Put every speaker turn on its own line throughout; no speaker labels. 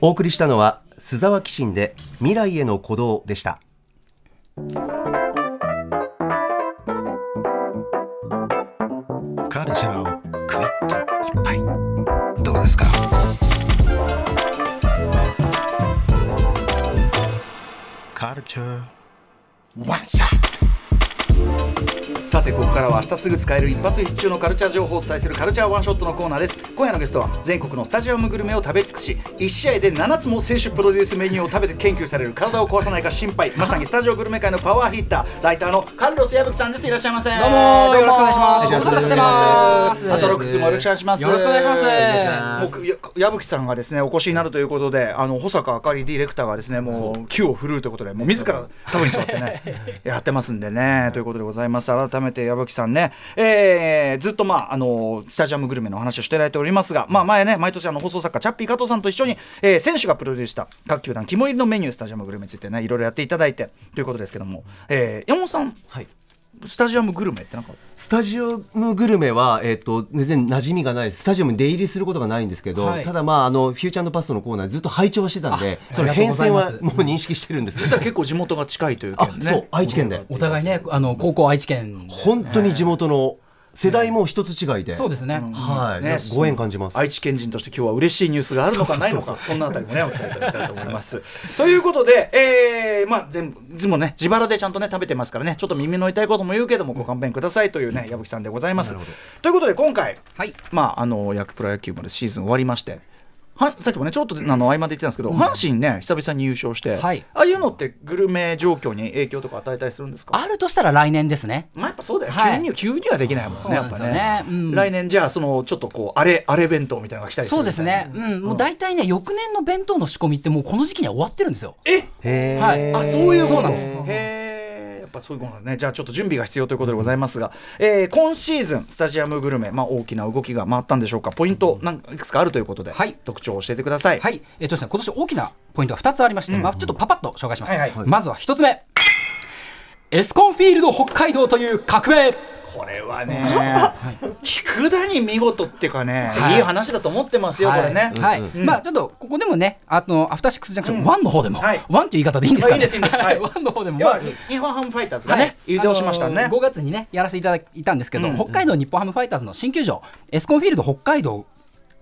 お送りしたのは須沢紀信で未来への鼓動でした
カルチャーをクイッといっぱいどうですかカルチャーワンショット
さてここからは明日すぐ使える一発必中のカルチャー情報をお伝えするカルチャーワンショットのコーナーです今夜のゲストは全国のスタジアムグルメを食べ尽くし1試合で7つも選手プロデュースメニューを食べて研究される体を壊さないか心配まさにスタジオグルメ界のパワーヒッターライターのカルロス矢吹さんですいらっしゃいませど
どうも
よろしくお願いします
ご無沙汰して
あ
ます
と6つもよろしくお願いします
よろしくお願いします
もうくや矢吹さんがですねお越しになるということであの保坂あかりディレクターがですねもう球を振るうということでもう自らサブに座ってねやってますんでねということでございます改めて矢吹さんね、えーずっとまああのスタジアムグルメの話をしていただいておりますが、まあ、前ね毎年あの放送作家チャッピー加藤さんと一緒に、えー選手がプロデュースした各球団肝入りのメニュースタジアムグルメについてねいろいろやっていただいてということですけども、えー山本さん
はい
スタジアムグルメってなんか
スタジオのグルメは、えっと全然馴染みがないですスタジアムに出入りすることがないんですけど、
はい
ただ、まあ、あのフューチャーパストのコーナーずっと拝聴はしてたんでその
あり
変
がとうござ
遷は
います
もう認識してるんですけ
実
ど
は結構地元が近いという
あ
件ね
そう愛知県で
お互いね、あの高校愛知県。
本当に地元の世代も一つ違いで、
そうですね。
はい、
ね
ご縁感じます
愛知県人として今日は嬉しいニュースがあるのかないのかそんなあたりもねお伝えいただきたいと思います ということで、えーまあ、全部いつもね自腹でちゃんとね食べてますからねちょっと耳の痛いことも言うけどもご勘弁くださいというね矢吹さんでございますということで今回、
はい
まあ、あの野プロ野球までシーズン終わりましてはさっきもねちょっとあの合間で言ってたんですけど、阪神ね久々に優勝して、
はい
ああいうのってグルメ状況に影響とか与えたりするんですか
あるとしたら来年ですね。
まあやっぱそうだよ、
はい
急には急にはできないもん
そう
ねや
なん
っ
で
ぱ
すよ
ね
ねうん
来年じゃあそのちょっとこうあれあれ弁当みたいなのが来たりする
そう
みた
で
いな
すね。うん、もう大体ね、翌年の弁当の仕込みってもうこの時期には終わってるんですよ。
え
へー
はい
あそういう
そ
こ
う
と
なん
で
ですす
へえやっぱそういうことなんですねじゃあちょっと準備が必要ということでございますが、えー今シーズンスタジアムグルメ、まあ、大きな動きが回ったんでしょうかポイントなんかいくつかあるということで、
はい
特徴を教えてください、
はい、えっとですね、今年大きなポイントが2つありまして、まあ、ちょっとパパッと紹介します。
はいは
まずは1つ目。エスコンフィールド北海道という革命
これはね、菊田に見事っていうかね、、
はいい
い話だと思ってますよ、これね、
はい、はいまあちょっとここでもね、あのアフターシックスジャンクションワンの方でも、
は
ワ
い
ンという言い方でいいんですか、ね。
いいですいいですはい
ワンの方でも、
要
まあ
は日本ハムファイターズがね、移動しましたね、
5月にねやらせていただいたんですけど、北海道日本ハムファイターズの新球場エスコンフィールド北海道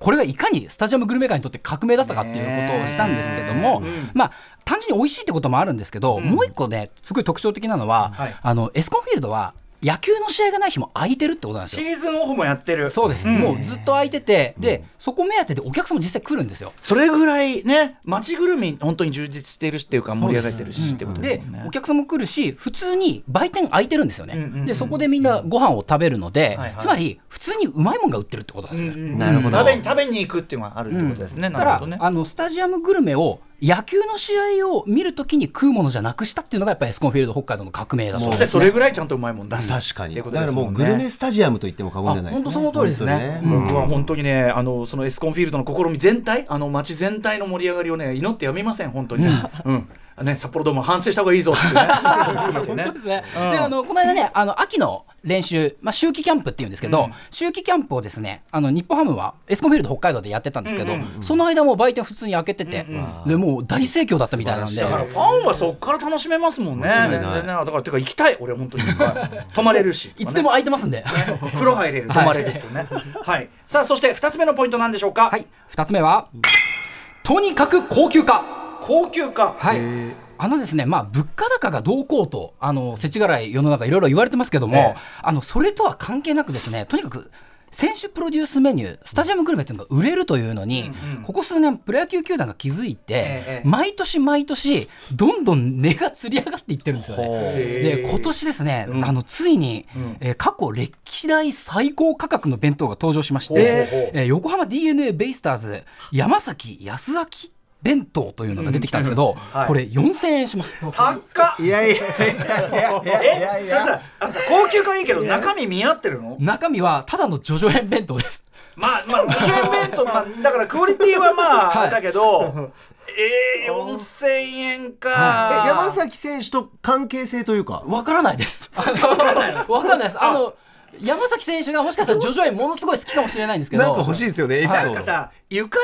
これがいかにスタジアムグルメ界にとって革命だったかっていうことをしたんですけども、まあ単純に美味しいってこともあるんですけど、もう一個ねすごい特徴的なのは、
はい
あのエスコンフィールドは野球の試合がない日も空いてるってことなんですよ。
シーズンオフもやってる
そうです、もうずっと空いててでそこ目当てでお客さんも実際来るんですよ。
それぐらいね街ぐるみ本当に充実しているしっていうか盛り上がってるしってことです
で
よね、
お客さんも来るし普通に売店空いてるんですよね、
んうんうん
でそこでみんなご飯を食べるの
は
で、
いはい
つまり普通にうまいもんが売ってるってことなんですよ、
なるほど
食べに食べに行くっていうのがあるってことですね、
だ
な
か
る
ら
ほどね
あのスタジアムグルメを野球の試合を見るときに食うものじゃなくしたっていうのがやっぱりエスコンフィールド北海道の革命だそ
そ
うで
し
す
てそれぐらいちゃんとうまいもんだし
確かに、
っていう
だ
こ
から
とです
も
も
うんグルメ
ね
スタジアムと言っても過言じゃないです、ね、
あ本当その通りですね
本当に
僕は本当にね、あのそのエスコンフィールドの試み全体、あの街全体の盛り上がりをね、祈ってやみません、本当に。うん、ね、札幌ドーム反省した方がいいぞ っていうね
本当ですね。
ん
で、あの、この間ね、あの、秋の練習、まあ、秋季キャンプっていうんですけど、秋季キャンプをですね、あの、日本ハムはエスコンフィールド北海道でやってたんですけど、その間も売店普通に開けてて、で、もう大盛況だったみたいなんで、
だからファンはそこから楽しめますもんね。
間違い
全
ない
然ね、だからてか行きたい、俺本当に。 はい泊まれるし。
いつでも空いてますんで。
風呂入れる、泊まれるってね。はい。さあ、そして二つ目のポイントなんでしょうか。
はい、二つ目は、とにかく高級化。
高級化。
はい。あのですね、まあ、物価高がどうこうと、あの、世知辛い世の中いろいろ言われてますけども、
ええ
あの、それとは関係なくですね、とにかく、選手プロデュースメニュー、スタジアムグルメというのが売れるというのに、ここ数年、プロ野球球団が気づいて、
ええ
毎年毎年、どんどん値がつり上がっていってるんですよね。で今年ですね、あのついに、えー過去歴代最高価格の弁当が登場しまして、えー横浜 d n a ベイスターズ山崎康明弁当というのが出てきたんですけ ど、
い
これ4000円します。
高っ
いやいやいやいやいや
えそれさあのさ高級感いいけど中身見合ってるの
中身はただのジョジョ編弁当です。
まあまあ50円弁当まあだからクオリティはまあ、
はい
だけどえー、4000円か
え山崎選手と関係性というか
わからないです。わからない。わかんないです。あの山崎選手がもしかしたらジョジョイものすごい好きかもしれないんですけど
なんか欲しいですよねエピソ
な
ー
ん
ド
かさゆか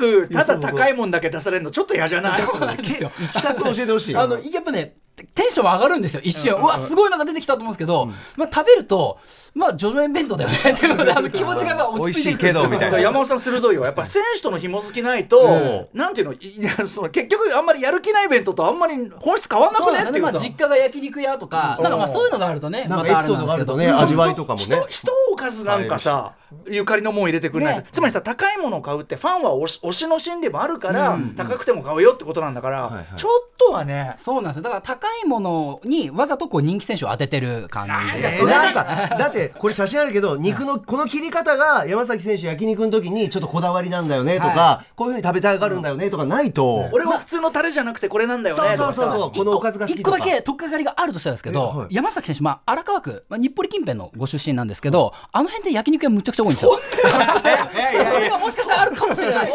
りもなくただ高いもんだけ出されるのちょっと嫌じゃない
なんですよ
いきさつ教えてほしい
あのやっぱねテンション上がるんですよ一瞬、うわすごいのが出てきたと思うんですけど、まあ、食べるとまあジョジョイ弁当だよねっていうのであの気持ちがやっぱ落ち着いてくるんです
美味しいけど
よ
みたいな
山本さん鋭いよやっぱ選手との紐づきないと、なんていうの いやその結局あんまりやる気ないイベントとあんまり本質変わんな
そう
く
な
ね
ん
ってい
ですよね、
う
まあ、
さ
実家が焼肉屋とか、なんかまあそういうのがあるとね、
な
ま
ん
た
か
あ
エピ
れ
ソ
な
ー
ん
ド
で
が
す
あると。ね
けど
味わいとかもね
人人おかずなんかさ、ゆかりのもん入れてくれないと、
ね
つまりさ高いものを買うってファンは推し推しの心理もあるから、高くても買うよってことなんだから、
はいはい
ちょっとはね
そうなんですよだから高いものにわざとこう人気選手を当ててる感じです
えなんかだってこれ写真あるけど肉のこの切り方が山崎選手焼肉の時にちょっとこだわりなんだよねとか、
は
こういうふうに食べたがるんだよねとかないと、
俺は普通のタレじゃなくてこれなんだよ
そう
ねと
そう
か
そうそう
さ
このおかずが好き
一
と
個
か
だけ特化狩りがあるとしたらですけど、
えはい
山崎選手、まあ、荒川区、まあ、日暮里近辺のご出身なんですけど、あの辺で焼肉屋むちゃくちゃ多いんですよ。
いやいや
それがもしかしたらあるかもしれない。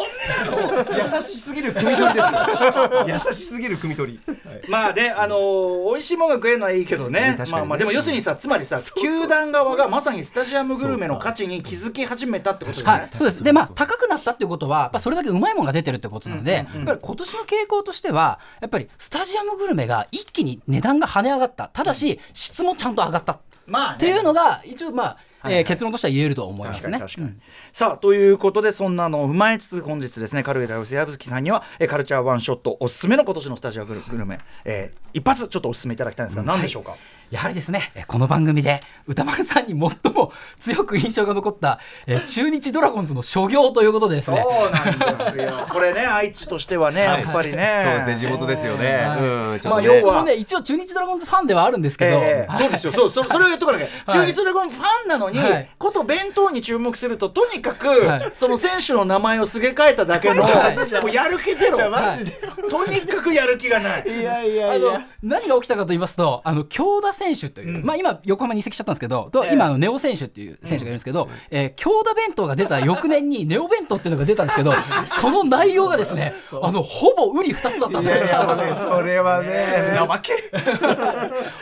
優しすぎる組み取りですよ優しすぎる組み取り
まあねあのー美味しいもんが食えるのはいいけどねまあまあでも要するにさつまりさ球団側がまさにスタジアムグルメの価値に気づき始めたってことだよ
はい
ね、。
そうです。で、まあ、高くなったっていうことは、やっぱそれだけうまいもんが出てるってことなので、やっぱり今年の傾向としては、やっぱりスタジアムグルメが一気に値段が跳ね上がった。ただし、質もちゃんと上がった。
まあね
っていうのが、一応、まあ、えー結論としては言えると思いますね。
確かに確かに、さあということでそんなのを踏まえつつ本日ですねカルエラ矢吹さんにはえーカルチャーワンショットおすすめの今年のスタジオグルグルメ、えー一発ちょっとおすすめいただきたいんですが、何でしょうか、
やはりですね、えーこの番組で歌丸さんに最も強く印象が残った、えー中日ドラゴンズの所業ということでですね。
うなんですよ これね愛知としてはねやっぱりね、
そうですね地元ですよね、うんちょっ
まあ
とね、
要
僕も
は
ね、一応中日ドラゴンズファンではあるんですけど、
ええ
はい
そうですよそうそそれを言っとかなきゃ、中日ドラゴンズファンなのに、
はい
こと弁当に注目するととにかく、
はい
その選手の名前をすげ替えただけの、
はい
もうやる気ゼロ、
マジ
で
とにかくやる気がない。
いやいや
あ
い
の
や
何が起きたかと言いますと、あの京田選手という、まあ、今、横浜に移籍しちゃったんですけど、と今あの、ネオ選手という選手がいるんですけど、えー京田弁当が出た翌年に、ネオ弁当っていうのが出たんですけど、その内容がですね、あのほぼ瓜二つだったん
い
です
やいやもう
よ、
ねそれはねなわけ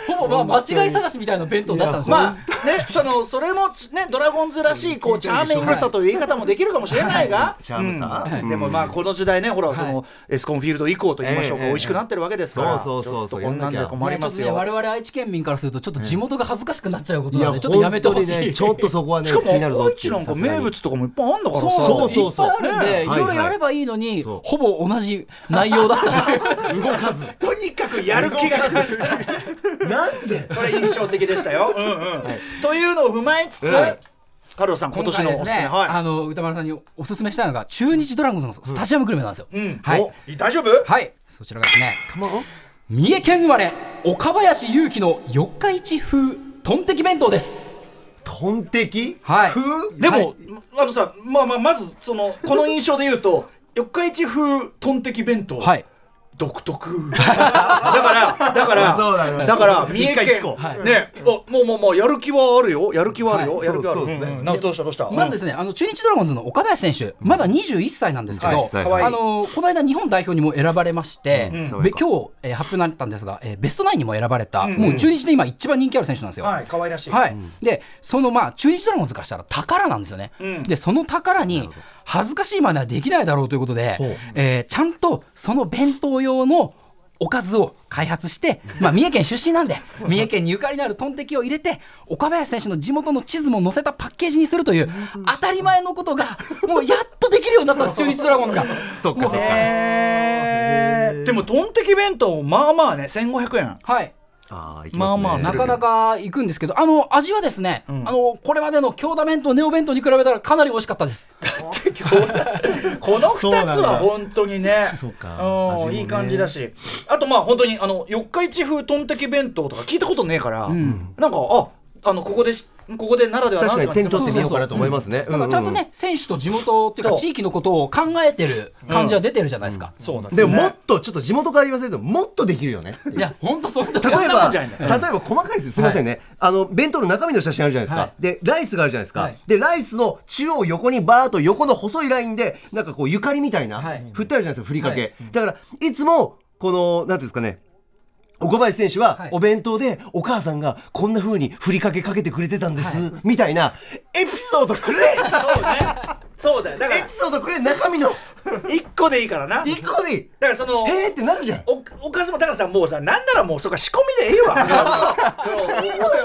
ほぼ、まあ、間違い探しみたいな弁当を出したんですよ。
まあね、そのそれもねドラゴンズらしいこうチャーミングさという言い方もできるかもしれないが、
チャームさ、
うんでもまあこの時代ねほらその、
は
エスコンフィールド以降と言いましょうか、
ええ
美味しくなってるわけですから、
そうそうそうそう
ちょっとこんなんじゃ困りますよ。
ねちょっとね、我々愛知県民からするとちょっと地元が恥ずかしくなっちゃうこと
い
なん
や
で、ちょっとやめてほしい、
本当にねちょっとそこはね
しかも
気になるぞ
大
ってい
市
う
なんか
さすが
名
に
物とかもいっぱいあんだからさ
そうそう
そうそう
いっぱいあるんで、
ね
いろいろやればいいのに、
そう
ほぼ同じ内容だったという
動かず
とにかくやる気がない
なんで
これ印象的でしたよ。うんうんというのを踏まえつつ、
はい
カルロさん今年のおすすめ、
今回ですね
は
あの歌丸さんにおすすめしたいのが中日ドラゴンズのスタジアムグルメなんですよ、
い、うん
はい
お大丈夫？
はいそちらがですね三重県生まれ岡林勇樹の四日市風トンテキ弁当です
トンテキ
はい
風
でも、
はい
あのさまあまあまずそのこの印象で言うと四日市風トンテキ弁当、
はい
独特だからだから
そうなの
だから三重
一回
県
聞こう
はい
ねおもうもうもうやる気はあるよやる気はあるよ、
は
やる気はある
そうそうですね
んんなんかどうしたどうした
まずですすね、あの中日ドラゴンズの岡林選手、まだ21歳なんですけど、
21歳
はい
あのこの間、日本代表にも選ばれまして、
ん
べ
そう
今
か
日、えー発表になったんですが、えーベストナインにも選ばれた、もう中日で今、一番人気ある選手なんですよ。
はい可愛らしい、
はいでそのまあ中日ドラゴンズからしたら宝なんですよね、
ん
でその宝に恥ずかしい真似はできないだろうということで、えーちゃんとその弁当用のおかずを開発して、まあ、三重県出身なんで三重県にゆかりのあるトンテキを入れて岡林選手の地元の地図も載せたパッケージにするという当たり前のことがもうやっとできるようになったんです中日ドラゴンズが。
そっかそっか、
えーでもトンテキ弁当まあまあね1500円
はい
ああ行きますね
まあまあ
なかなか行くんですけど、あの味はですね、あのこれまでの京田弁当、ネオ弁当に比べたらかなり美味しかったです。
この
そうなん
2
だ
つは本当にね
そうか
うん
味もね
いい感じだしあとまあ本当にあの四日市風トンテキ弁当とか聞いたことねえから、なんかああのここでしここでならではな
確かに手に取
っ
ってみようかなと思いますね
だからちゃん
う
と
うう
ね、選手と地元っていう
そう
か、地域のことを考えてる感じは出てるじゃないですか。
そうなん
でももっとちょっと地元から言わせるともっとできるよねっていう
いや、本当そうだ
例え
なもん
ば、
じゃ
例
な
え
いんだ
ば細かいです。すみませんね。あの、弁当の中身の写真あるじゃないですか。
はい
で、ライスがあるじゃないですか。
はい
で、ライスの中央横にバーっと横の細いラインで、なんかこう、ゆかりみたいな、
はい
振ってあるじゃないですか、ふりかけ。
は
だから、いつも、この、なんていうんですかね、岡林選手は
はい
お弁当でお母さんがこんな風にふりかけかけてくれてたんです、みたいなエピソードくれ
そうねそうだよだか
エ
ら
ピソードくれ中身の
一個でいいからな
一個でいい
だからその
へーってなるじゃん
おお母様だからさもうさなんならもうそっか仕込みでいいわ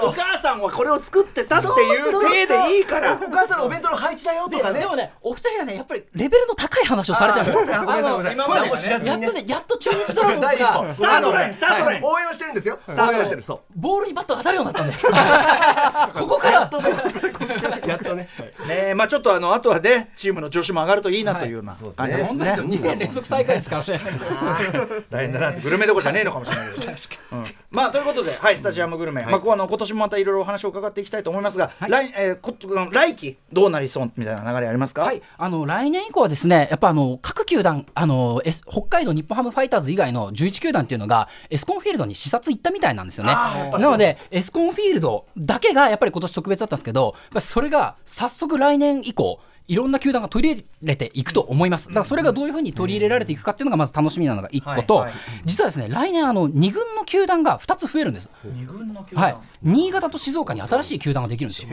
おお母さんはこれを作ってたっていう体でいいから
お母さんのお弁当の配置だよとかね
でもねお二人はねやっぱりレベルの高い話をされてるんですよ
あごめんなさいごめんなさ
あ
い
の
これは
今まで
もう
はね
知らず
や
に
っ
ね
とねやっと中日ドラゴ ンズが
ス
タートラインスタートライン
応援をしてるんですよス
タ
タ
ート
ー
ライ
ト
ン
してるそ
ボールにバットが当たるようになったんですよここから
うやっとね
ねえまあちょっとあのあとはねチームの調子も上がるといいなというような
はい
感じですね
本当ですよ2年連続最下位ですから
大変だなってグルメどころじゃねえのかもしれないけどうんまあということで、はい、スタジアムグルメ、まあ、ここはあの今年もまたいろいろお話を伺っていきたいと思いますが、来えーこ来期どうなりそうみたいな流れありますか、
はい、あの来年以降はですね、やっぱあの各球団、あの、S、北海道日本ハムファイターズ以外の11球団っていうのが、エスコンフィールドに視察行ったみたいなんですよね。なので、エスコンフィールドだけがやっぱり今年特別だったんですけど、やっぱそれが早速来年以降、いろんな球団が取り入れていくと思います。だからそれがどういうふうに取り入れられていくかっていうのがまず楽しみなのが一個と、
はいはい
実はですね、来年あの二軍の球団が二つ増えるんです。
二軍の球
はい、新潟と静岡に新しい球団ができるんですよ。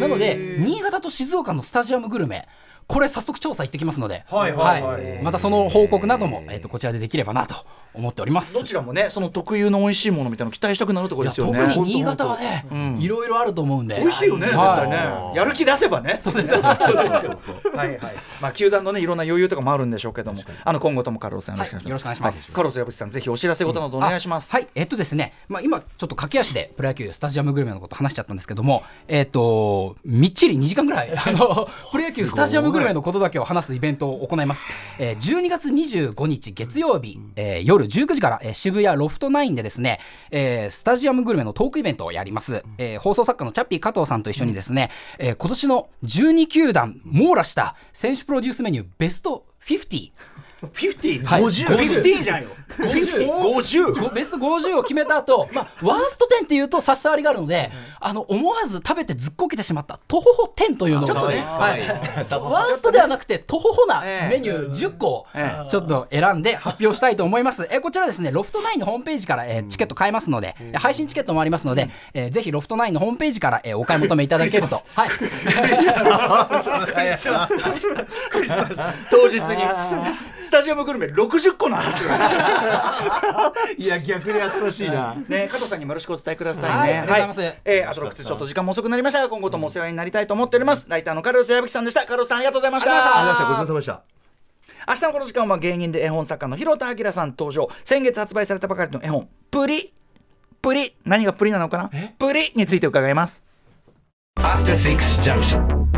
なので、新潟と静岡のスタジアムグルメ、これ、早速調査行ってきますので、
はいはいはい
またその報告なども、えー、とこちらでできればなと思っております
ど。ちらもねその特有の美味しいものみたいなの期待したくなるところ
いや
ですよ
特
ね
に新潟はね、いろいろあると思うんで、
美味しいよね絶
は
対ねやる気出せばねそうですはいはいまあ球団のねいろんな余裕とかもあるんでしょうけどもあの今後ともカルロスさんよろしくお願いします
はいよろしくお願いします
カルロス矢吹さんぜひお知らせ事などお願いします
あはい、えっとですね、まあ、今、ちょっと駆け足でプロ野球スタジアムグルメのこと話しちゃったんですけども、えっと、みっちり2時間ぐらい、あ の、プロ野球スタジアムグルメのことだけを話すイベントを行います。えー、12月25日月曜日、えー夜19時から、えー渋谷ロフト9でですね、えースタジアムグルメのトークイベントをやります。えー放送作家のチャッピー加藤さんと一緒にですね、えー今年の12球団網羅した選手プロデュースメニューベスト50、
5050、
はい
50じゃんよ50
ごベスト50を決めた後、まあ、ワースト10っていうと差し障りがあるので、あの思わず食べてずっこけてしまったトホホ10というのをはいワーストではなくてトホホなメニュー10個をちょっと選んで発表したいと思います。えこちらですねロフト9のホームページから、えーチケット買えますので、え配信チケットもありますので、えーぜひロフト9のホームページから、えーお買い求めいただけ ると。はい
クリスマス
当日にスタジアムグルメ60個の話を
いや逆に新しいな
ね、加藤さんにもよろしくお伝えくださいね。
はいありがとうございます
えー、アトロックスちょっと時間も遅くなりましたが、今後ともお世話になりたいと思っております。ライターのカルロス矢吹さんでした。カルロスさんありがとうございました。
ありがとうございましたごちそうさまでした
明日のこの時間は芸人で絵本作家の広田明さん登場。先月発売されたばかりの絵本、プリ。プリ。何がプリなのかなプリについて伺います。
After Six Junction